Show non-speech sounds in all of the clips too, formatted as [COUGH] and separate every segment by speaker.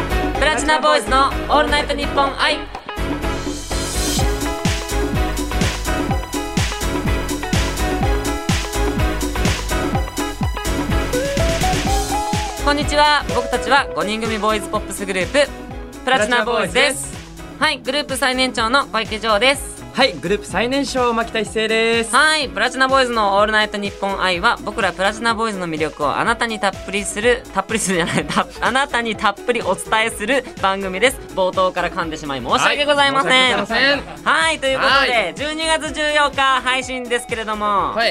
Speaker 1: ンナーボーイズの「オールナイトニッポン愛」こんにちは僕たちは5人組ボーイズポップスグループプラチナボーイズですはいグループ最年長の小池城です
Speaker 2: はい、グループ最年少牧田一成です。
Speaker 1: はい、プラチナボーイズのオールナイトニッポン愛は僕らプラチナボーイズの魅力をあなたにたっぷりする、たっぷりするじゃない、たあなたにたっぷりお伝えする番組です。冒頭から噛んでしまい申し訳ございません。
Speaker 2: はい申し訳ございませ
Speaker 1: はい、ということで、
Speaker 2: はい
Speaker 1: 12月14日配信ですけれども、
Speaker 2: は
Speaker 1: は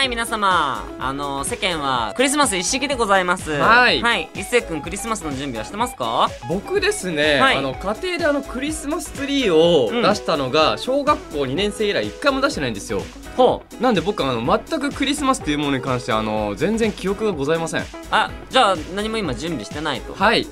Speaker 1: い、
Speaker 2: い、
Speaker 1: 皆様、あの、世間はクリスマス一式でございます。
Speaker 2: はい
Speaker 1: はい、一星くんクリスマスの準備はしてますか
Speaker 2: 僕ですね、
Speaker 1: はい
Speaker 2: あの家庭であのクリスマスツリーを
Speaker 1: うん
Speaker 2: 出したのが小学校2年生以来一回も出してないんですよ。
Speaker 1: ほう。
Speaker 2: なんで僕あの全くクリスマスというものに関してあの全然記憶がございません。
Speaker 1: あ、じゃあ何も今準備してないと。
Speaker 2: はい、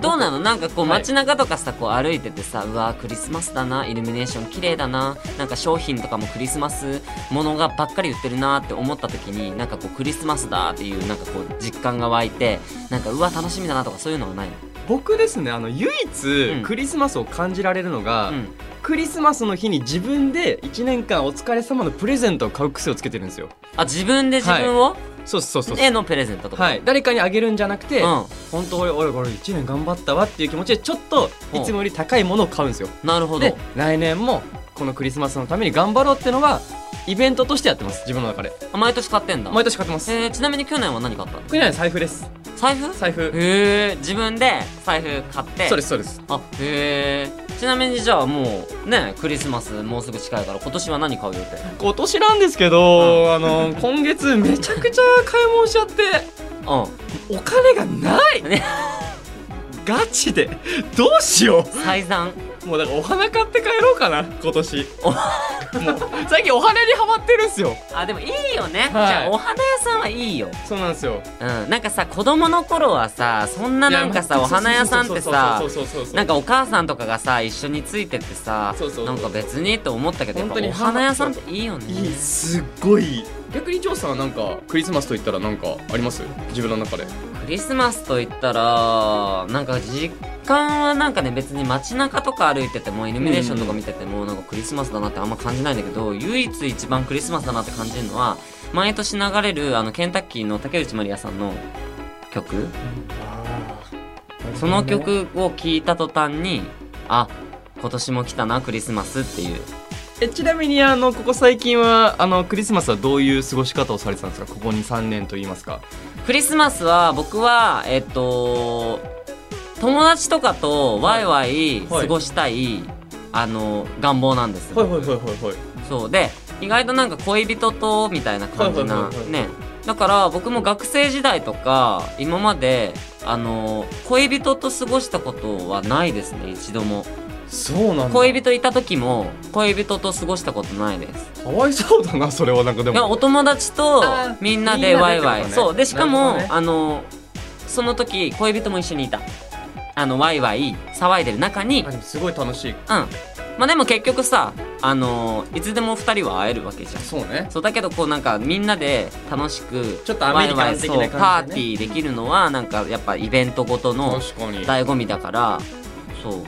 Speaker 1: どうなのなんかこう
Speaker 2: はい
Speaker 1: 街中とかさこう歩いててさうわークリスマスだなイルミネーション綺麗だななんか商品とかもクリスマスものがばっかり売ってるなって思った時になんかこうクリスマスだっていうなんかこう実感が湧いてなんかうわ楽しみだなとかそういうのはないの
Speaker 2: 僕ですねあの唯
Speaker 1: う
Speaker 2: 一
Speaker 1: ん
Speaker 2: クリスマスを感じられるのが、
Speaker 1: うん
Speaker 2: クリスマスの日に自分で1年間お疲れ様のプレゼントを買う癖をつけてるんですよ。
Speaker 1: あ自分で自分を
Speaker 2: そうそうそうそう。
Speaker 1: 絵のプレゼントとか
Speaker 2: はい、誰かにあげるんじゃなくて、
Speaker 1: うん
Speaker 2: 本当俺俺俺1年頑張ったわっていう気持ちでちょっといつもより高いものを買うんですよ
Speaker 1: なるほ
Speaker 2: で
Speaker 1: ど
Speaker 2: 来年もこのクリスマスのために頑張ろうってのはイベントとしてやってます自分の中で
Speaker 1: あ毎年買ってんだ
Speaker 2: 毎年買ってます
Speaker 1: えー、ちなみに去年は何買ったの
Speaker 2: これね財布です
Speaker 1: 財布
Speaker 2: 財布
Speaker 1: へえ自分で財布買って
Speaker 2: そうですそうです
Speaker 1: あへえちなみにじゃあもうねクリスマスもうすぐ近いから今年は何買う予定
Speaker 2: 今年なんですけどあの今月めちゃくちゃ買い物しちゃっ
Speaker 1: う
Speaker 2: てお金がない
Speaker 1: んね
Speaker 2: ガチでどうしよ
Speaker 1: 採算
Speaker 2: うもうだからお花買って帰ろうかな今年もう最近お花にハマってるんすよ
Speaker 1: あでもいいよね、
Speaker 2: い
Speaker 1: じゃあお花屋さんはいいよ
Speaker 2: そうなんですよ
Speaker 1: うんなんかさ子供の頃はさそんない
Speaker 2: や
Speaker 1: なんかさ
Speaker 2: ま
Speaker 1: お
Speaker 2: あ
Speaker 1: 花屋さんってさ
Speaker 2: そうそうそうそうそうそう
Speaker 1: なんかお母さんとかがさ一緒についてってさ
Speaker 2: そうそうそう
Speaker 1: なんか別にって思ったけどやっぱ
Speaker 2: 本当に
Speaker 1: お花屋さんっていいよね
Speaker 2: いいすっごいいい逆にジョーさんはなんかクリスマスといったらなんかあります自分の中で
Speaker 1: クリスマスと言ったらなんか実感はなんかね別に街中とか歩いててもイルミネーションとか見ててもなんかクリスマスだなってあんま感じないんだけど唯一一番クリスマスだなって感じるのは毎年流れるあのケンタッキーの竹内まりやさんの曲その曲を聴いた途端にあ今年も来たなクリスマスっていう
Speaker 2: えちなみにあのここ最近はあのクリスマスはどういう過ごし方をされてたんですかここ23年と言いますか
Speaker 1: クリスマスは僕はえっと友達とかとワイワイ過ごしたい、あの願望なんですよ、
Speaker 2: はいはいはい
Speaker 1: そうで意外となんか恋人とみたいな感じ
Speaker 2: はい
Speaker 1: な
Speaker 2: はいはいはい
Speaker 1: ねだから僕も学生時代とか今まであの恋人と過ごしたことはないですね一度も
Speaker 2: そうなんだ
Speaker 1: 恋人いた時も恋人と過ごしたことないです
Speaker 2: かわいそうだなそれはなんかで
Speaker 1: いやお
Speaker 2: も
Speaker 1: 友達と
Speaker 2: あー
Speaker 1: みんな
Speaker 2: みんなで
Speaker 1: でワイワ
Speaker 2: って
Speaker 1: イ
Speaker 2: ことね
Speaker 1: そうでしかも、
Speaker 2: なるほどね
Speaker 1: あのその時恋人も一緒にいたあのワイワイ騒いでる中に
Speaker 2: あでもすごい楽しい
Speaker 1: うんまあでも結局さあのいつでも二人は会えるわけじゃん
Speaker 2: そうね
Speaker 1: そうだけどこうなんかみんなで楽しく
Speaker 2: ちょっとアメリカン的な感じでね
Speaker 1: ワイワイそうパーティーできるのはなんかやっぱイベントごとの
Speaker 2: 確かに
Speaker 1: 醍醐味だからそうっ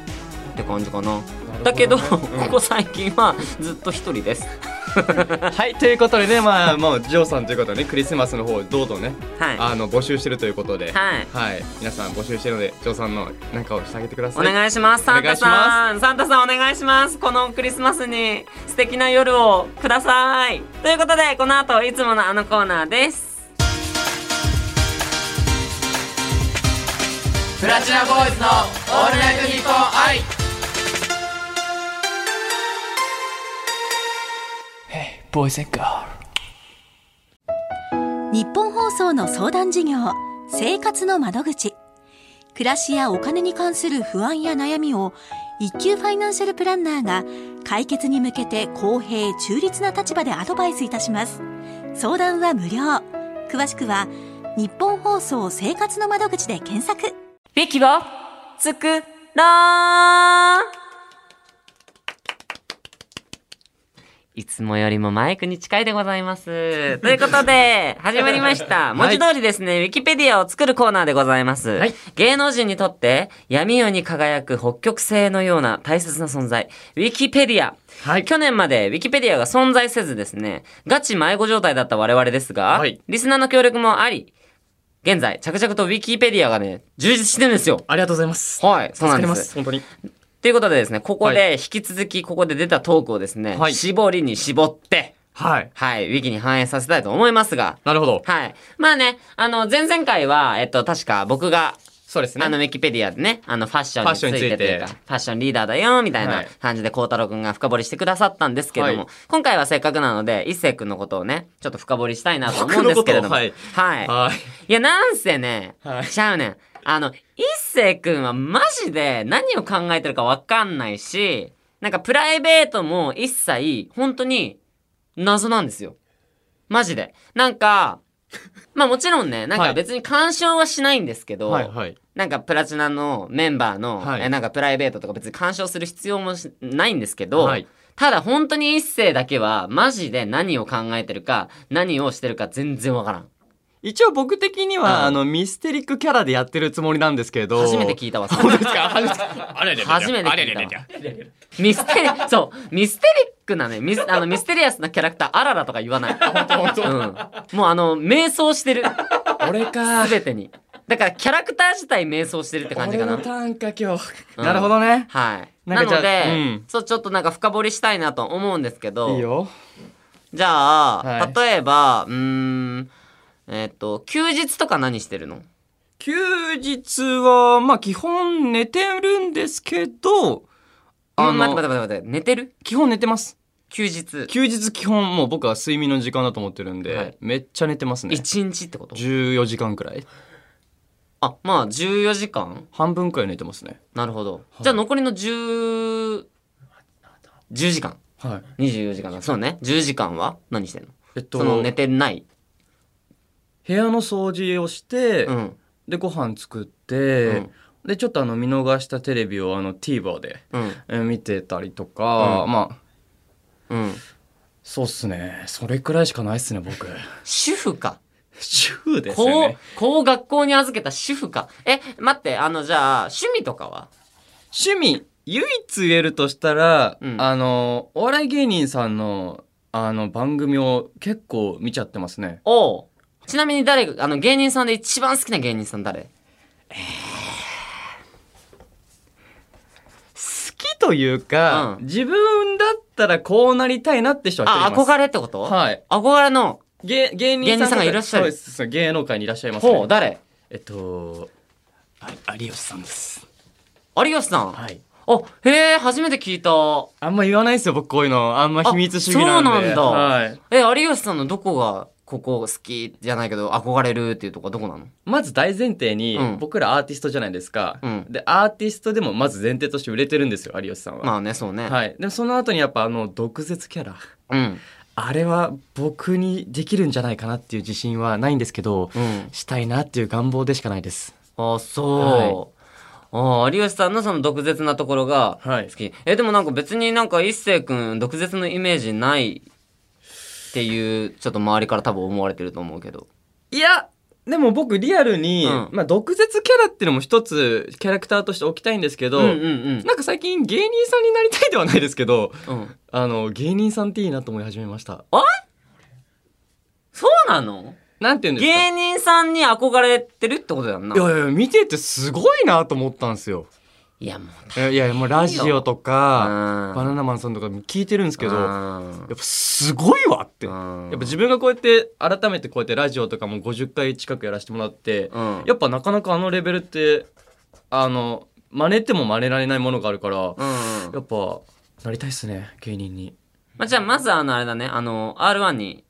Speaker 1: て感じかなだ
Speaker 2: な
Speaker 1: け
Speaker 2: る
Speaker 1: ど、
Speaker 2: ほねうん
Speaker 1: ここ最近はずっと一人です
Speaker 2: はいということでねまあもうジョーさんということでねクリスマスの方をどうぞね
Speaker 1: はい
Speaker 2: あの募集してるということで
Speaker 1: はい
Speaker 2: はい、皆さん募集してるので、ジョーさんのなんかをしてあげてくださ
Speaker 1: お
Speaker 2: い。
Speaker 1: 願いしますサンタ
Speaker 2: お
Speaker 1: さんサンタさんお願いしますこのクリスマスに素敵な夜をくださいということでこの後いつものあのコーナーです
Speaker 2: プラチナボーイズのオールナイトニッポン愛。
Speaker 3: 日本放送の相談事業生活の窓口暮らしやお金に関する不安や悩みを一級ファイナンシャルプランナーが解決に向けて公平中立な立場でアドバイスいたします相談は無料詳しくは日本放送生活の窓口で検索
Speaker 1: ビキを作ろういつもよりもマイクに近いでございます。 [LAUGHS] ということで、始まりました。文字通りですね、ウィキペディアを作るコーナーでございます。
Speaker 2: はい
Speaker 1: 芸能人にとって、闇夜に輝く北極星のような大切な存在、ウィキペディア。
Speaker 2: はい
Speaker 1: 去年までウィキペディアが存在せずですね、ガチ迷子状態だった我々ですが、
Speaker 2: はい
Speaker 1: リスナーの協力もあり、現在、着々とウィキペディアがね、充実してるんですよ。
Speaker 2: ありがとうございます。
Speaker 1: はい、そうなん
Speaker 2: 助かり
Speaker 1: で
Speaker 2: ますす。。本当に。
Speaker 1: ということでですね、ここ
Speaker 2: は
Speaker 1: で引き続き、ここで出たトークをですね、
Speaker 2: はい
Speaker 1: 絞りに絞って、
Speaker 2: はい。
Speaker 1: はい、ウィキに反映させたいと思いますが、
Speaker 2: なるほど。
Speaker 1: はい。まあね、あの、前々回は、えっと、確か僕が、
Speaker 2: そうですね。
Speaker 1: あの、ウィキペディアでね、あの、ファッションについてというか、フ
Speaker 2: フ
Speaker 1: ァッションリーダーだよ、みたい
Speaker 2: は
Speaker 1: ない感じで、孝太郎くんが深掘りしてくださったんですけども、
Speaker 2: はい
Speaker 1: 今回はせっかくなので、一星くんのことをね、ちょっと深掘りしたいなと思うんですけれど [LAUGHS] も、
Speaker 2: 僕のこ
Speaker 1: はい。
Speaker 2: はい。
Speaker 1: いや、なんせね、
Speaker 2: はい
Speaker 1: ちゃうねん。あの、一星くんはマジで何を考えてるかわかんないし、なんかプライベートも一切、本当に謎なんですよ。マジで。なんか、まあもちろんね、なん
Speaker 2: は
Speaker 1: か
Speaker 2: い
Speaker 1: 別に干渉はしないんですけど、
Speaker 2: はい。はい。
Speaker 1: なんかプラチナのメンバーの、
Speaker 2: はい
Speaker 1: えなんかプライベートとか別に干渉する必要もしないんですけど、
Speaker 2: はい
Speaker 1: ただ本当に一星だけはマジで何を考えてるか、何をしてるか全然わからん。
Speaker 2: 一応僕的に
Speaker 1: うん
Speaker 2: は、あの、ミステリックキャラでやってるつもりなんですけど。
Speaker 1: 初めて
Speaker 2: い
Speaker 1: 聞
Speaker 2: [LAUGHS]
Speaker 1: いたわ、
Speaker 2: た。本
Speaker 1: [LAUGHS]
Speaker 2: 当ですか初めて聞いたあれれれれ
Speaker 1: 初めて聞いたわ
Speaker 2: あれれれれれ
Speaker 1: ミステリ、そう、ミステリックなね、ミス、 [LAUGHS] あの、ミステリアスなキャラクター、あららとか言わない。
Speaker 2: 本当
Speaker 1: うん。もうあの、迷走してる。
Speaker 2: [LAUGHS] 俺か
Speaker 1: す。べてに。だから、キャラクター自体迷走してるって感じか
Speaker 2: 俺の
Speaker 1: な
Speaker 2: タ。ーンか今日。
Speaker 1: うん
Speaker 2: [LAUGHS] なるほどね。
Speaker 1: はい。
Speaker 2: な
Speaker 1: なん
Speaker 2: かじ
Speaker 1: の
Speaker 2: ゃあ
Speaker 1: で、
Speaker 2: うん
Speaker 1: そう、ちょっとなんか深掘りしたいなと思うんですけど、
Speaker 2: いいよ。
Speaker 1: じゃあ、
Speaker 2: はい
Speaker 1: 例えば、うーん、えっ、と、休日とか何してるの
Speaker 2: 休日は、まあ基本寝てるんですけど、
Speaker 1: あ
Speaker 2: あ
Speaker 1: ん、待っ
Speaker 2: の
Speaker 1: て待って待って待って、寝てる
Speaker 2: 基本寝てます。
Speaker 1: 休日。
Speaker 2: 休日基本もう僕は睡眠の時間だと思ってるんで、
Speaker 1: はい
Speaker 2: めっちゃ寝てますね。
Speaker 1: 1日ってこと
Speaker 2: 14時間くらい。
Speaker 1: あ、まあ、14時間
Speaker 2: 半分くらい寝てますね。
Speaker 1: なるほど。じゃあ残りの10、10時間。
Speaker 2: はい。
Speaker 1: 24時間だ。そうね。10時間は何してんの
Speaker 2: えっと、
Speaker 1: その寝てない。
Speaker 2: 部屋の掃除をして、
Speaker 1: うん。
Speaker 2: でご飯作って、でちょっとあの見逃したテレビをあの TVer で
Speaker 1: うん。
Speaker 2: えー見てたりとか、
Speaker 1: うん
Speaker 2: まあ
Speaker 1: うん。
Speaker 2: そうっすねそれくらいしかないっすね
Speaker 1: [LAUGHS]
Speaker 2: 僕
Speaker 1: 主婦か。
Speaker 2: 主婦ですよ
Speaker 1: こう
Speaker 2: ね、
Speaker 1: こう学校に預けた主婦か。え、待って、あの、じゃあ、趣味とかは
Speaker 2: 趣味唯一言えるとしたら、
Speaker 1: うん
Speaker 2: あのお笑い芸人さんのあの番組を結構見ちゃってますね
Speaker 1: おうちなみに誰が、あの、芸人さんで一番好きな芸人さん誰
Speaker 2: 好きというか、
Speaker 1: うん
Speaker 2: 自分だったらこうなりたいなって人は一
Speaker 1: あ、
Speaker 2: 人います
Speaker 1: 憧れってこと
Speaker 2: はい
Speaker 1: 憧れの、
Speaker 2: 芸芸人さん
Speaker 1: 芸人さ
Speaker 2: とか
Speaker 1: んがいらっしゃる
Speaker 2: そうですそう芸能界にいらっしゃいますね
Speaker 1: ほう、誰
Speaker 2: えっと、あ有吉さんです。
Speaker 1: 有吉さん。
Speaker 2: い。
Speaker 1: あ、へえ、初めて聞いた。
Speaker 2: あんま言わないですよ、僕こういうの。あんま秘密主義なんで。
Speaker 1: あそうなんだ
Speaker 2: はい。
Speaker 1: え、有吉さんのどこが、ここ好きじゃないけど、憧れるっていうとこどこなの
Speaker 2: まず大前提に、
Speaker 1: うん
Speaker 2: 僕らアーティストじゃないですか、
Speaker 1: うん
Speaker 2: で、アーティストでもまず前提として売れてるんですよ、有吉さんは。
Speaker 1: まあね、そうね。
Speaker 2: はい。でもその後にやっぱあの、毒舌キャラ。
Speaker 1: うん。
Speaker 2: あれは僕にできるんじゃないかなっていう自信はないんですけど、
Speaker 1: うん。
Speaker 2: したいなっていう願望でしかないです。
Speaker 1: あそう、ああ有吉さんのその毒舌なところが
Speaker 2: は
Speaker 1: 好
Speaker 2: い
Speaker 1: き、えでもなんか別になんか一星君毒舌のイメージないっていうちょっと周りから多分思われてると思うけど
Speaker 2: いや、でも僕リアルに、
Speaker 1: うん
Speaker 2: まあ毒舌キャラっていうのも一つキャラクターとして置きたいんですけど、
Speaker 1: うんうん
Speaker 2: なんか最近芸人さんになりたいではないですけど、
Speaker 1: うんうん
Speaker 2: あの、芸人さんっていいなと思い始めました。
Speaker 1: そうなの
Speaker 2: なんて言うんですか
Speaker 1: 芸人さんに憧れてるってことだんない
Speaker 2: やいや、見ててすごいなと思ったんですよ。
Speaker 1: いやもう
Speaker 2: えいやいや、もうラジオとか、
Speaker 1: あ
Speaker 2: バナナマンさんとか聞いてるんですけど、や
Speaker 1: あ
Speaker 2: っぱすごいわって。やっぱ自分がこうやって、改めてこうやってラジオとかも50回近くやらせてもらって、
Speaker 1: うん
Speaker 2: やっぱなかなかあのレベルって、あの、真似ても真似られないものがあるから、
Speaker 1: うんうん
Speaker 2: やっぱ、なりたいっすね、芸人に。
Speaker 1: まあ、じゃあまずあのあれだねあの R1 [LAUGHS] に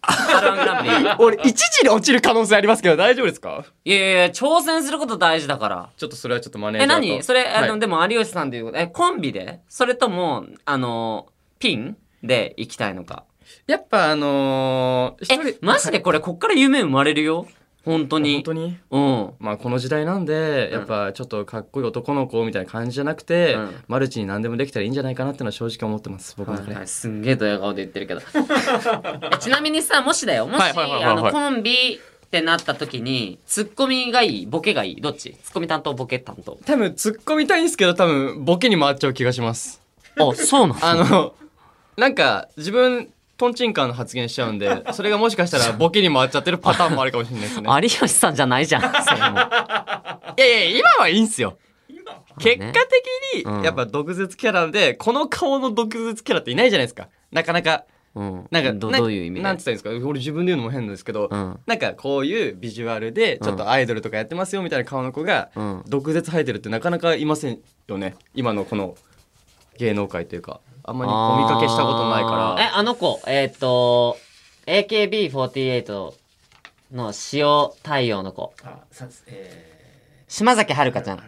Speaker 1: R1 グランプリ
Speaker 2: 俺、一時で落ちる可能性ありますけど、大丈夫ですか
Speaker 1: いやいやいや挑戦すること大事だから
Speaker 2: ちょっとそれはちょっとマネー
Speaker 1: え、
Speaker 2: ジャーと
Speaker 1: 何それ、あの、
Speaker 2: はい
Speaker 1: でも有吉さんということ、え、コンビでそれとも、あの、ピンで行きたいのか。
Speaker 2: やっぱあのー、
Speaker 1: え、マジでこれ、こっから夢生まれるよ。本当に
Speaker 2: 本。当に
Speaker 1: うん。
Speaker 2: まあこの時代なんで、やっぱちょっとかっこいい男の子みたいな感じじゃなくて、
Speaker 1: うん
Speaker 2: マルチに何でもできたらいいんじゃないかなってのは正直思ってます僕の中
Speaker 1: はい
Speaker 2: で、
Speaker 1: はい、すんげえドヤ顔で言って
Speaker 2: [LAUGHS]
Speaker 1: るけどえちなみにさもしだよもし、
Speaker 2: はいはいはいはい
Speaker 1: あのコンビってなった時にツッコミがいいボケがいいどっちツッコミ担当ボケ担当
Speaker 2: 多分突っ込みたいんですけど多分ボケに回っちゃう気がします
Speaker 1: あそうなの
Speaker 2: あのなんか自分トンチンカンの発言しちゃう
Speaker 1: [LAUGHS]
Speaker 2: んでそれがもしかしたらボケに回っちゃってるパターンもあるかもしれないですね
Speaker 1: 有吉さんじゃないじゃんそれも
Speaker 2: いやいや今はいいんすよ結果的
Speaker 1: うん
Speaker 2: にやっぱ毒舌キャラでこの顔の毒舌キャラっていないじゃないですかなかなか
Speaker 1: うん、
Speaker 2: [LAUGHS] なんか
Speaker 1: ど
Speaker 2: な
Speaker 1: どういう意味で
Speaker 2: なんて言ったらいいんですか俺自分で言うのも変ですけど、
Speaker 1: うん
Speaker 2: なんかこういうビジュアルでちょっとアイドルとかやってますよみたいな顔の子が
Speaker 1: うん
Speaker 2: 毒舌吐いてるってなかなかいませんよね今のこの芸能界というかあんまりお見かけしたことないか
Speaker 1: あーえ
Speaker 2: ら
Speaker 1: あの子えっ、と AKB48 の塩太陽の子
Speaker 4: あ、さす、え
Speaker 1: 島崎遥香ち
Speaker 4: ー、
Speaker 1: ゃん
Speaker 4: は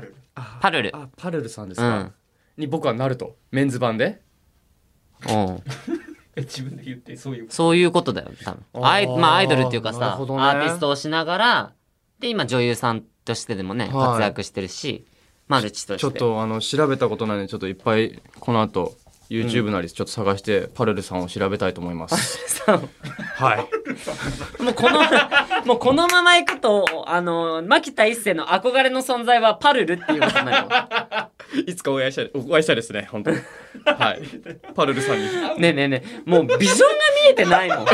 Speaker 4: る。
Speaker 1: パルル
Speaker 2: あパルルさんです
Speaker 1: う
Speaker 2: か、
Speaker 1: ん
Speaker 2: に僕はなるとメンズ版で
Speaker 1: うん
Speaker 4: え、自分で言って、そういう。
Speaker 1: そういうことだよ、多分。アイ
Speaker 2: あー
Speaker 1: まあ、アイドルっていうか
Speaker 2: なる
Speaker 1: さ、
Speaker 2: ほどね
Speaker 1: アーティストをしながら、で、今女優さんとしてでもね、
Speaker 2: はい
Speaker 1: 活躍してるし、マルチとして。
Speaker 2: ちょっ
Speaker 1: [LAUGHS]
Speaker 2: とあの調べたことないのでちょっといっぱいこの後 YouTube なりちょっと探してパルルさんを調べたいと思います、
Speaker 1: さ。
Speaker 2: [LAUGHS] はい
Speaker 1: もうこの、もうこのままいくと、あの、牧田一世の憧れの存在はパルルっていうことになるわ
Speaker 2: いつかお会いしたい、お会いしたいですね、本当に。はい。パルルさんに。
Speaker 1: ねえねえねえ、もうビジョンが見えてないもん。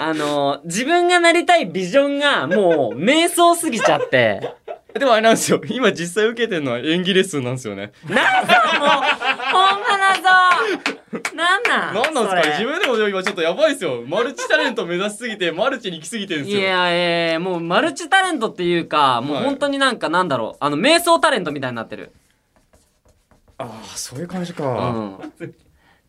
Speaker 1: あの、自分がなりたいビジョンが、もう、迷走すぎちゃって。
Speaker 2: でもあれなんですよ、今実際受けてるのは演技レッスンなんですよね。
Speaker 1: なんだもう、ほんまだぞなんなん
Speaker 2: なんなんですかね
Speaker 1: そ
Speaker 2: 自
Speaker 1: れ
Speaker 2: 分でも今ちょっとやばいですよ。マルチタレント目指しすぎて、マルチに行きすぎてるんで
Speaker 1: い
Speaker 2: すよ。
Speaker 1: やえー、もうマルチタレントっていうか、もう
Speaker 2: はい
Speaker 1: 本当になんかなんだろう、あの、瞑想タレントみたいになってる。
Speaker 2: ああ、そういう感じ
Speaker 1: う
Speaker 2: か。
Speaker 1: ん。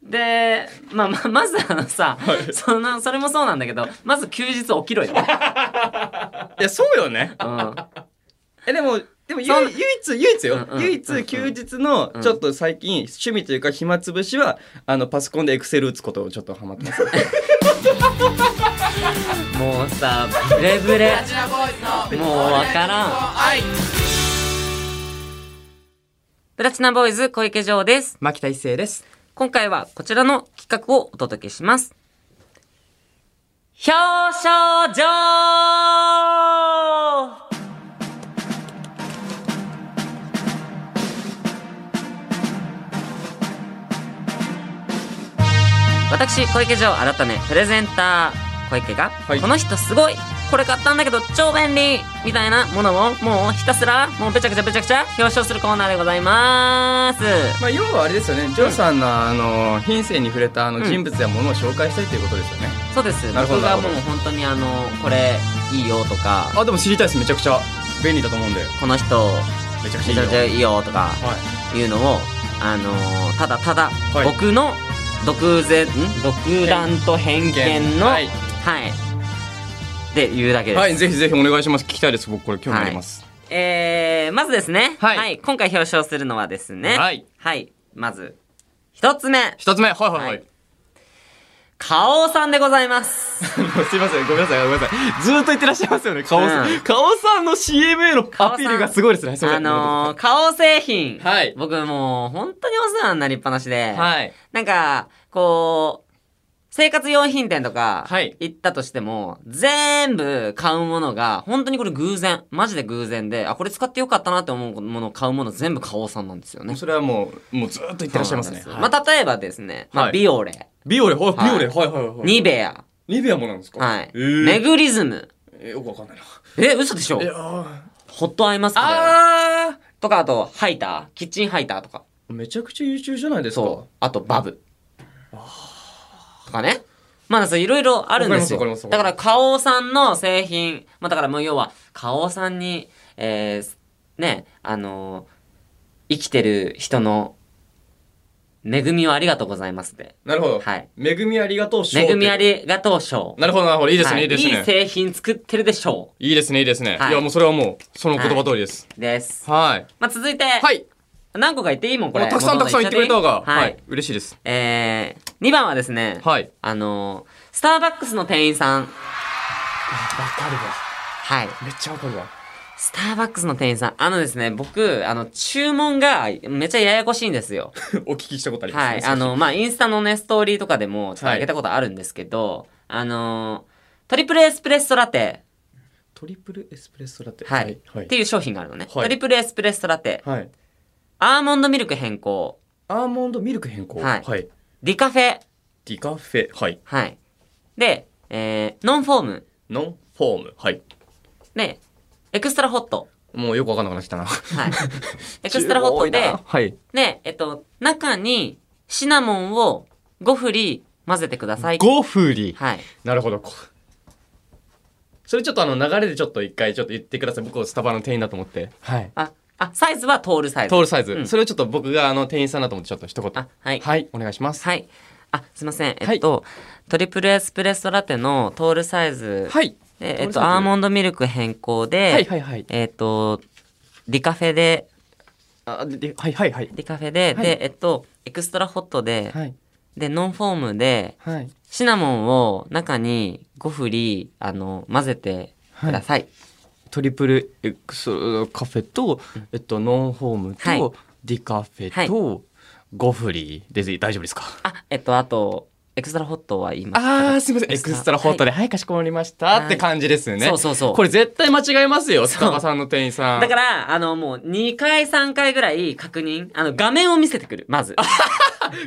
Speaker 1: で、まあ、まあ、まずあのさ、その、それもそうなんだけど、まず休日起きろよ。
Speaker 2: いや、そうよね。
Speaker 1: うん。
Speaker 2: え、でも、でも唯
Speaker 1: そん
Speaker 2: 唯一、唯一
Speaker 1: うん
Speaker 2: よ
Speaker 1: うん。うん
Speaker 2: 唯一休日の
Speaker 1: うん、
Speaker 2: ちょっと最近、趣味というか暇つぶしは、あの、パソコンでエクセル打つことをちょっとハマって [LAUGHS] ます。
Speaker 1: もうさ、ブレブレ。もうわからん。プラチナボーイズ小池城です。
Speaker 2: 牧田一成です。
Speaker 1: 今回はこちらの企画をお届けします。表彰状私、小池城改め、プレゼンター、小池が、
Speaker 2: はい
Speaker 1: この人すごいこれ買ったんだけど超便利みたいなものを、もうひたすら、もうべちゃくちゃべちゃくちゃ表彰するコーナーでございます。
Speaker 2: まあ、要はあれですよね、ジョーさんの、あの、品性に触れた、あの、人物や物を紹介したいということですよね。
Speaker 1: そうです
Speaker 2: なるほど
Speaker 1: 僕が
Speaker 2: なる
Speaker 1: も
Speaker 2: ほ
Speaker 1: う
Speaker 2: ど
Speaker 1: 本当にあのこれいいよとか
Speaker 2: あでも知りたいですめちゃくちゃ便利だと思うんで
Speaker 1: この人
Speaker 2: めちゃくちゃ
Speaker 1: めちゃ
Speaker 2: いいよ
Speaker 1: めちゃいいよとか
Speaker 2: はい
Speaker 1: いうのをあのーただただ
Speaker 2: はい
Speaker 1: 僕の独善ん独断と偏見のは
Speaker 2: はいい
Speaker 1: で言うだけです、
Speaker 2: はいぜひぜひお願いします聞きたいです僕これ興味あります
Speaker 1: えー、まずですね
Speaker 2: はい
Speaker 1: 今回表彰するのはですね
Speaker 2: はい、
Speaker 1: はい、まず一つ目
Speaker 2: 一つ目はいはいは
Speaker 1: はい
Speaker 2: い
Speaker 1: 花王さんでございます
Speaker 2: [LAUGHS] [LAUGHS] すいませんごめんなさいごめんなさいずーっと言ってらっしゃいますよね顔さ
Speaker 1: うん
Speaker 2: ん顔さんの CM へのアピールがすごいですねすいませ
Speaker 1: あ
Speaker 2: ん
Speaker 1: のー、花王製品、
Speaker 2: はい
Speaker 1: 僕もう本当にお世話になりっぱなしで、
Speaker 2: はい
Speaker 1: なんか、こう、生活用品店とか
Speaker 2: はい、
Speaker 1: 行ったとしても、全部買うものが、本当にこれ偶然、マジで偶然で、あ、これ使ってよかったなって思うものを買うもの全部花王さんなんですよね。
Speaker 2: それはもうもうずーっと言ってらっしゃいますね
Speaker 1: そう
Speaker 2: はい
Speaker 1: なんですまあ、例えばですね、まあ、
Speaker 2: はい
Speaker 1: ビオレ、
Speaker 2: ビオレはい
Speaker 1: はい
Speaker 2: ビオレはいはいはい
Speaker 1: ニベア、
Speaker 2: ニベアもなんですか
Speaker 1: はい、
Speaker 2: えー
Speaker 1: メグリズム、
Speaker 2: えよくわかんないな
Speaker 1: え、嘘でしょ
Speaker 2: いやー
Speaker 1: ホットアイマスクだよ
Speaker 2: あ
Speaker 1: とか、あと、ハイター、キッチンハイターとか、
Speaker 2: ーめちゃくちゃ優秀じゃないですか
Speaker 1: そう、あと、バブ。とかね。まあ、そういろいろあるんですよ。
Speaker 2: わかりますわ
Speaker 1: だ
Speaker 2: か
Speaker 1: か
Speaker 2: ります
Speaker 1: ら、花王さんの製品、まあ、だからもう要は、花王さんに、えー、ね、あのー生きてる人の恵みをありがとうございますって。
Speaker 2: なるほど
Speaker 1: はい
Speaker 2: 恵みありがとう賞
Speaker 1: 恵みありがとう賞。
Speaker 2: なるほどなるほどいいです
Speaker 1: は
Speaker 2: ねいいです
Speaker 1: いい
Speaker 2: ね
Speaker 1: 製品作ってるでしょ
Speaker 2: いいですね、いいですね。
Speaker 1: はい
Speaker 2: い、や、もうそれはもう、その言葉通りです。
Speaker 1: う。です。
Speaker 2: はい。
Speaker 1: まあ、続いて、
Speaker 2: はい。
Speaker 1: 何個か言っていいもん、こ
Speaker 2: も
Speaker 1: れ。
Speaker 2: うたくさんたくさん言ってくれた方が、
Speaker 1: どんどん言っちゃっ
Speaker 2: は
Speaker 1: ていい
Speaker 2: い。嬉しいです。
Speaker 1: えー、2番はですね、
Speaker 2: はい。
Speaker 1: あのースターバックスの店員さん。
Speaker 2: かるわ
Speaker 1: はい。
Speaker 2: めっちゃわかるわ
Speaker 1: スターバックスの店員さん。あのですね、僕、あの、注文がめっちゃややこしいんです
Speaker 2: [LAUGHS]
Speaker 1: よ。
Speaker 2: [LAUGHS] お聞きしたことあります
Speaker 1: はい。あの、まあ、インスタのね、ストーリーとかでも、ちょっと上げたことあるんですけど、あの、トリプルエスプレッソラテ、
Speaker 2: トリプルエスプレッソラテ
Speaker 1: はい。
Speaker 2: はい
Speaker 1: っていう商品があるのね。
Speaker 2: はい
Speaker 1: トリプルエスプレッソラテ、
Speaker 2: はい
Speaker 1: アーモンドミルク変更、
Speaker 2: アーモンドミルク変更
Speaker 1: はいディカフェ、
Speaker 2: ディカフェはい
Speaker 1: はい。で、えー、ノンフォーム、
Speaker 2: ノンフォームはい
Speaker 1: で、エクストラホット、
Speaker 2: もうよくわかんなくなってきたな [LAUGHS]
Speaker 1: はい。エクストラホットで、
Speaker 2: はい
Speaker 1: で、えっと、中にシナモンを5振り混ぜてください。
Speaker 2: 5振り
Speaker 1: はい。
Speaker 2: なるほどこそれちょっとあの流れでちょっと一回ちょっと言ってください僕スタバの店員だと思ってはい
Speaker 1: あ、あ、サイズはトールサイズ。
Speaker 2: トールサイズ、
Speaker 1: うん
Speaker 2: それをちょっと僕があの店員さんだと思ってちょっと一言
Speaker 1: あ、はい。
Speaker 2: はいお願いします
Speaker 1: はい。あ、すいません。
Speaker 2: はい
Speaker 1: えっと、トリプルエスプレッソラテのトールサイズ。
Speaker 2: はい
Speaker 1: で、えっ
Speaker 2: トールサイズ
Speaker 1: と、アーモンドミルク変更で、
Speaker 2: はいはいはい
Speaker 1: えっと、ディカフェで、
Speaker 2: あではいはいはい
Speaker 1: ディカフェで、
Speaker 2: はい
Speaker 1: で、えっと、エクストラホットで、
Speaker 2: はい
Speaker 1: で、ノンフォームで、
Speaker 2: はい
Speaker 1: シナモンを中に5振り、あの、混ぜてください。
Speaker 2: トリプルエクスカフェと、えっと、ノンホームと、
Speaker 1: はい
Speaker 2: ディカフェと、ゴフリーで大丈夫ですか
Speaker 1: あ、えっと、あと、エクストラホットは言いました
Speaker 2: あーすいませんエクストラホットではい、かしこまりました、
Speaker 1: はい
Speaker 2: って感じですよね
Speaker 1: そうそうそう
Speaker 2: これ絶対間違えますよスタバさんの店員さん
Speaker 1: だから、あの、もう、2回、3回ぐらい確認。あの、画面を見せてくる、まず。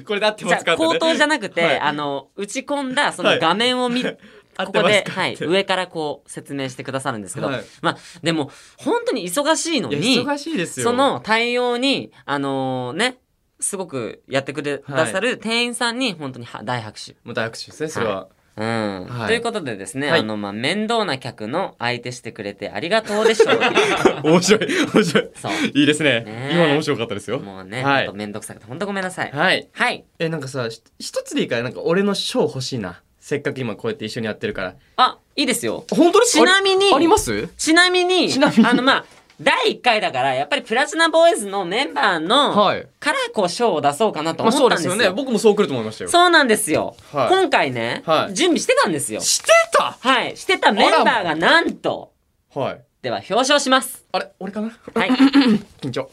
Speaker 2: これだっても
Speaker 1: じ
Speaker 2: 使
Speaker 1: ゃ
Speaker 2: った
Speaker 1: あ、
Speaker 2: ね
Speaker 1: 口頭じゃなくて、
Speaker 2: はい
Speaker 1: あの、打ち込んだ、そ
Speaker 2: は
Speaker 1: の
Speaker 2: い
Speaker 1: 画面を
Speaker 2: [LAUGHS]
Speaker 1: 見、
Speaker 2: 合
Speaker 1: こ
Speaker 2: って
Speaker 1: こ
Speaker 2: ます
Speaker 1: で、
Speaker 2: か
Speaker 1: はい、上からこう、説明してくださるんですけど、
Speaker 2: はい
Speaker 1: まあ、でも、本当に忙しいの
Speaker 2: いや
Speaker 1: に、
Speaker 2: 忙しいですよ
Speaker 1: その対応に、あのね、すごくやってくれ、
Speaker 2: はい
Speaker 1: くださる店員さんに、本当には大拍手。
Speaker 2: もう大拍手ですねそれは、
Speaker 1: うん、
Speaker 2: はい
Speaker 1: ということでですね、
Speaker 2: はい
Speaker 1: あの、まあ、面倒な客の相手してくれてありがとうでしょう。
Speaker 2: [LAUGHS] 面白い面白い
Speaker 1: そう。
Speaker 2: いいですね
Speaker 1: ねえ
Speaker 2: 今の面白かったですよ
Speaker 1: もうね、
Speaker 2: は
Speaker 1: ほ
Speaker 2: い
Speaker 1: んとめんどくさくて、ほんとごめんなさい。はい。
Speaker 2: はいえなんかさひ一つでいいからなんか俺の賞欲しいなせっかく今こうやって一緒にやってるから
Speaker 1: あ、いいですよ。
Speaker 2: 本当ですか
Speaker 1: ちなみに
Speaker 2: あります
Speaker 1: ちなみに、
Speaker 2: ちなみに
Speaker 1: あの、まあ、第1回だから、やっぱりプラチナボーイズのメンバーの、
Speaker 2: はい
Speaker 1: からこう賞を出そうかなと
Speaker 2: ま
Speaker 1: 思
Speaker 2: あ
Speaker 1: った
Speaker 2: そう
Speaker 1: です
Speaker 2: んです
Speaker 1: よ。
Speaker 2: よね僕もそう来ると思いましたよ
Speaker 1: そうなんですよ。
Speaker 2: はい
Speaker 1: 今回ね、
Speaker 2: はい
Speaker 1: 準備してたんですよ。
Speaker 2: してた
Speaker 1: はい。してたメンバーがなんと、
Speaker 2: はい
Speaker 1: では表彰します。
Speaker 2: あれ俺かな
Speaker 1: はい。
Speaker 2: [LAUGHS] 緊張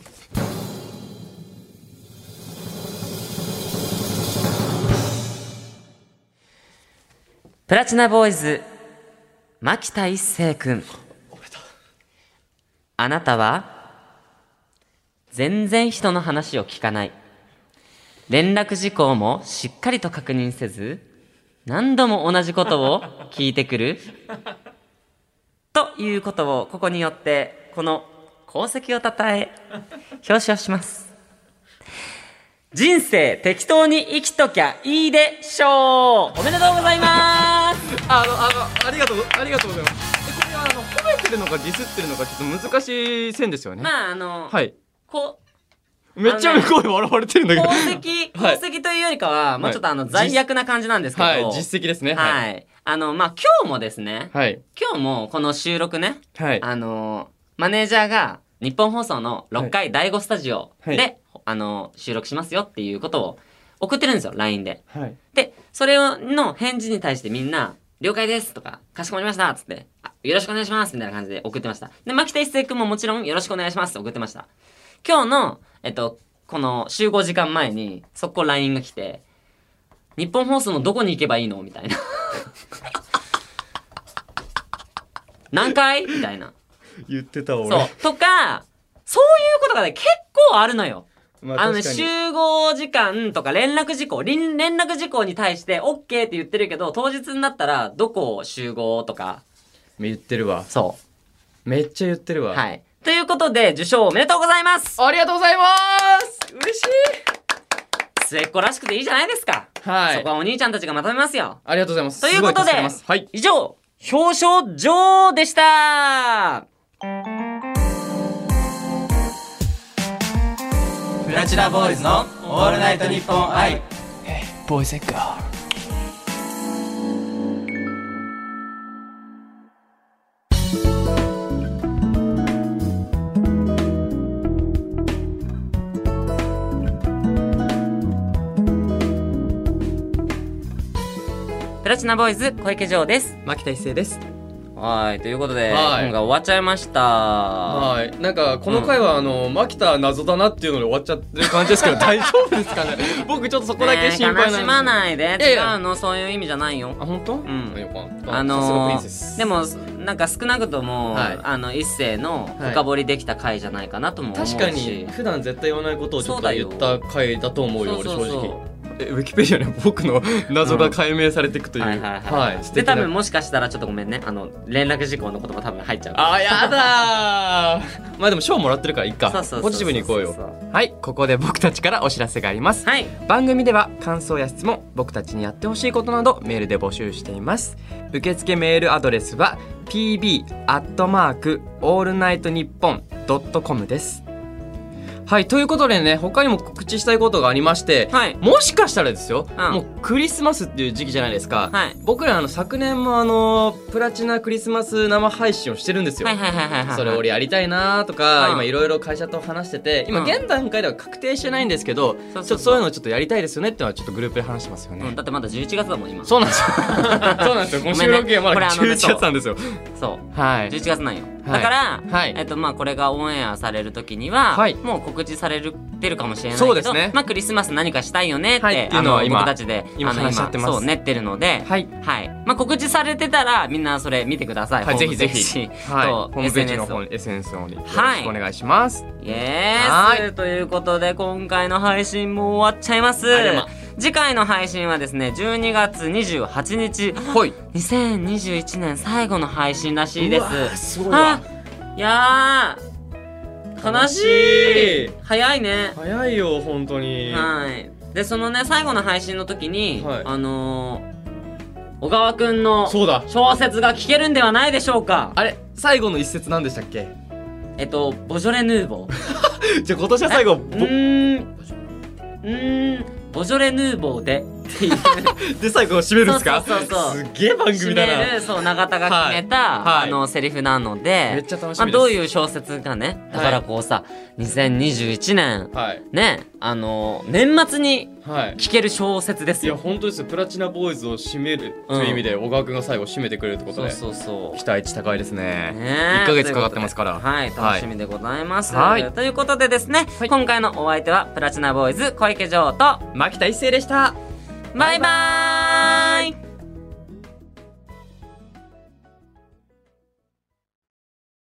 Speaker 1: プラチナボーイズ、牧田一成くん。あなたは、全然人の話を聞かない。連絡事項もしっかりと確認せず、何度も同じことを聞いてくる。 [LAUGHS] ということを、ここによって、この功績をたたえ、表彰します。人生適当に生きときゃいいでしょうおめでとうございます
Speaker 2: あのあのありがとうありがとうございますえこれはあの褒めてるのかディスってるのかちょっと難しい線ですよね
Speaker 1: まああの、
Speaker 2: はい
Speaker 1: こ
Speaker 2: [LAUGHS] めっちゃ向こうで笑われてるんだけど
Speaker 1: 功績、
Speaker 2: はい
Speaker 1: 功績というよりかは、もう
Speaker 2: はい
Speaker 1: ちょっとあの、罪悪な感じなんですけど。
Speaker 2: はい実績ですね
Speaker 1: はいいあの、まあ、今日もですね、
Speaker 2: はい
Speaker 1: 今日もこの収録ね、
Speaker 2: はい
Speaker 1: あの、マネージャーが日本放送の6階第5スタジオで、
Speaker 2: はい
Speaker 1: あの、収録しますよっていうことを送ってるんですよ、LINE で。
Speaker 2: はい
Speaker 1: で、それの返事に対してみんな、了解ですとか、かしこまりましたっつって、あよろしくお願いしますみたいな感じで送ってました。で、牧田一成君ももちろんよろしくお願いしますって送ってました。今日の、えっと、この集合時間前に、速攻 LINE が来て、日本放送のどこに行けばいいのみたいな。 [LAUGHS] 何回みたいな。
Speaker 2: 言ってた
Speaker 1: そう
Speaker 2: 俺。
Speaker 1: とか、そういうことがね、結構あるのよ。
Speaker 2: ま
Speaker 1: あのね、
Speaker 2: 確かに
Speaker 1: 集合時間とか連絡事項、りん連絡事項に対して OK って言ってるけど、当日になったらどこを集合とか。
Speaker 2: 言ってるわ
Speaker 1: そ
Speaker 2: めっちゃ言ってる
Speaker 1: う。
Speaker 2: わ
Speaker 1: はい。ということで、受賞おめでとうございます
Speaker 2: ありがとうございます嬉しい
Speaker 1: 末っ子らしくていいじゃないですか。
Speaker 2: はい
Speaker 1: そこはお兄ちゃんたちがまとめますよ。
Speaker 2: ありがとうございます
Speaker 1: ということ
Speaker 2: すご
Speaker 1: で
Speaker 2: 助かりますはい
Speaker 1: 以上、表彰状でした
Speaker 5: プラチナボーイズのオールナイトニッポン愛
Speaker 2: ボーイセッカ
Speaker 1: プラチナボーイズ小池城です。
Speaker 5: 牧田一成です
Speaker 1: はい、ということで、
Speaker 6: はい
Speaker 1: 今回終わっちゃいました。は
Speaker 6: はい。なんか、この回は、あの、マキタ謎だなっていうので終わっちゃってる感じです
Speaker 1: [LAUGHS]
Speaker 6: けど、大丈夫ですかね僕ちょっとそこだけ心配なんです
Speaker 1: 悲しまないで。
Speaker 6: いやいや
Speaker 1: 違うの、そういう意味じゃないよ。
Speaker 6: あ、本当？
Speaker 1: ん
Speaker 6: よかった。
Speaker 1: あ
Speaker 6: さすがプリ
Speaker 1: の
Speaker 6: ンセス
Speaker 1: で、も、なんか少なくとも、
Speaker 6: はい
Speaker 1: あの、一世の深掘りできた回じゃないかなとも思うし。
Speaker 6: 確かに、普段絶対言わないことをちょっと言っ
Speaker 1: そうだ
Speaker 6: た回だと思うよ、
Speaker 1: そう
Speaker 6: 俺
Speaker 1: そ
Speaker 6: 正
Speaker 1: うそう
Speaker 6: 直。え、ウィキペディアに僕の謎が解明されていくという。
Speaker 1: はいはいはい、
Speaker 6: はい素
Speaker 1: で
Speaker 6: 敵
Speaker 1: 多
Speaker 6: な
Speaker 1: 分もしかしたらちょっとごめんねあの連絡事項の言葉多分入っちゃう
Speaker 6: あー、やだ [LAUGHS] ーまあでも賞もらってるからいいか
Speaker 1: そうそうそうそう。
Speaker 6: ポジティブにいこうよ。
Speaker 2: はいここで僕たちからお知らせがあります
Speaker 1: はい
Speaker 2: 番組では感想や質問僕たちにやってほしいことなどメールで募集しています受付メールアドレスは pb アットマークオールナイトニッポンドットコムですはいということでね他にも告知したいことがありまして
Speaker 1: はい
Speaker 2: もしかしたらですよ、
Speaker 1: うん
Speaker 2: もうクリスマスっていう時期じゃないですか、
Speaker 1: はい
Speaker 2: 僕らあの昨年もあのプラチナクリスマス生配信をしてるんですよ、
Speaker 1: はいはいはいはいはい
Speaker 2: それ俺やりたいなーとか、
Speaker 1: うん
Speaker 2: 今いろいろ会社と話してて
Speaker 1: う
Speaker 2: 今
Speaker 1: ん
Speaker 2: 現段階では確定してないんですけど、ち
Speaker 1: そ
Speaker 2: ょ
Speaker 1: うそうそう
Speaker 2: っとそういうのちょっとやりたいですよねってのはちょっとグループで話してますよね、
Speaker 1: うん、だってまだ11月だもん今
Speaker 2: そうなんですよそうなんですよこの収録日はまだ
Speaker 1: ごめんねこれあの
Speaker 2: 11月なんですよ
Speaker 1: そう
Speaker 2: はい
Speaker 1: 11月なんよ、
Speaker 2: はい
Speaker 1: だから、
Speaker 2: はい
Speaker 1: えっとまあ、これがオンエアされる時には、
Speaker 2: はい
Speaker 1: もう告知されるてるかもしれないけど
Speaker 2: そうですね
Speaker 1: まあ、クリスマス何かしたいよねって,、
Speaker 2: はいっていうの
Speaker 1: あ
Speaker 2: は
Speaker 1: の
Speaker 2: 今
Speaker 1: 僕たちで
Speaker 2: 今
Speaker 1: あの
Speaker 2: 話し合ってます
Speaker 1: そう練ってるので、
Speaker 2: はい
Speaker 1: はいまあ、告知されてたらみんなそれ見てください、
Speaker 2: はい
Speaker 1: ホー
Speaker 2: ぜ
Speaker 1: ム
Speaker 2: ひ
Speaker 1: ペ
Speaker 2: ぜ
Speaker 1: ージ
Speaker 2: ひ、
Speaker 1: と
Speaker 2: はい、ホームページの
Speaker 1: SNS を
Speaker 2: 方に SNS の方によろし
Speaker 1: はい
Speaker 2: くお願いします、
Speaker 1: イエース
Speaker 2: はい
Speaker 1: ということで今回の配信も終わっちゃいます
Speaker 2: あらま
Speaker 1: 次回の配信はですね12月28日
Speaker 2: はい
Speaker 1: 2021年最後の配信らしいです
Speaker 6: すご
Speaker 1: あいやー悲しい早いね
Speaker 6: 早いよ、本当に。
Speaker 1: はいでそのね最後の配信の時に、
Speaker 6: はい
Speaker 1: あのー、小川くんの
Speaker 6: そうだ。
Speaker 1: 小説が聞けるんではないでしょうか
Speaker 6: あれ、最後の一節何でしたっ
Speaker 1: [LAUGHS]
Speaker 6: け
Speaker 1: えっとボジョレ・ヌーボー
Speaker 6: じゃあ今年は最後、
Speaker 1: う
Speaker 6: ぼ
Speaker 1: ーんうーんボジョレ・ヌーボーでっていう
Speaker 6: で最後締めるんですか
Speaker 1: そうそうそうそう
Speaker 6: すげえ番組
Speaker 1: 締
Speaker 6: だ
Speaker 1: め
Speaker 6: な。
Speaker 1: るそう永田が決めた、
Speaker 6: はいはい
Speaker 1: あのセリフなので
Speaker 6: めっちゃ楽し
Speaker 1: まあ、
Speaker 6: みです。
Speaker 1: どういう小説がねだからこうさ、2021年
Speaker 6: はい。
Speaker 1: ねあの年末に
Speaker 6: はい。
Speaker 1: 聞ける小説です
Speaker 6: いや、
Speaker 1: よ
Speaker 6: 本当ですよ。プラチナボーイズを締めるという意味で、小川くんが最後締めてくれるってこと
Speaker 1: そう
Speaker 6: で。
Speaker 1: そうそ
Speaker 2: 期待値高いです
Speaker 1: う
Speaker 2: ね
Speaker 1: ね
Speaker 2: 1ヶ月かかってますか
Speaker 1: とい
Speaker 2: ら
Speaker 1: うことではい楽しみでございます、
Speaker 2: はい
Speaker 1: ということでですね、今回のお相手はプラチナボーイズ小池城と
Speaker 2: 牧田一成でした
Speaker 1: バイバーイ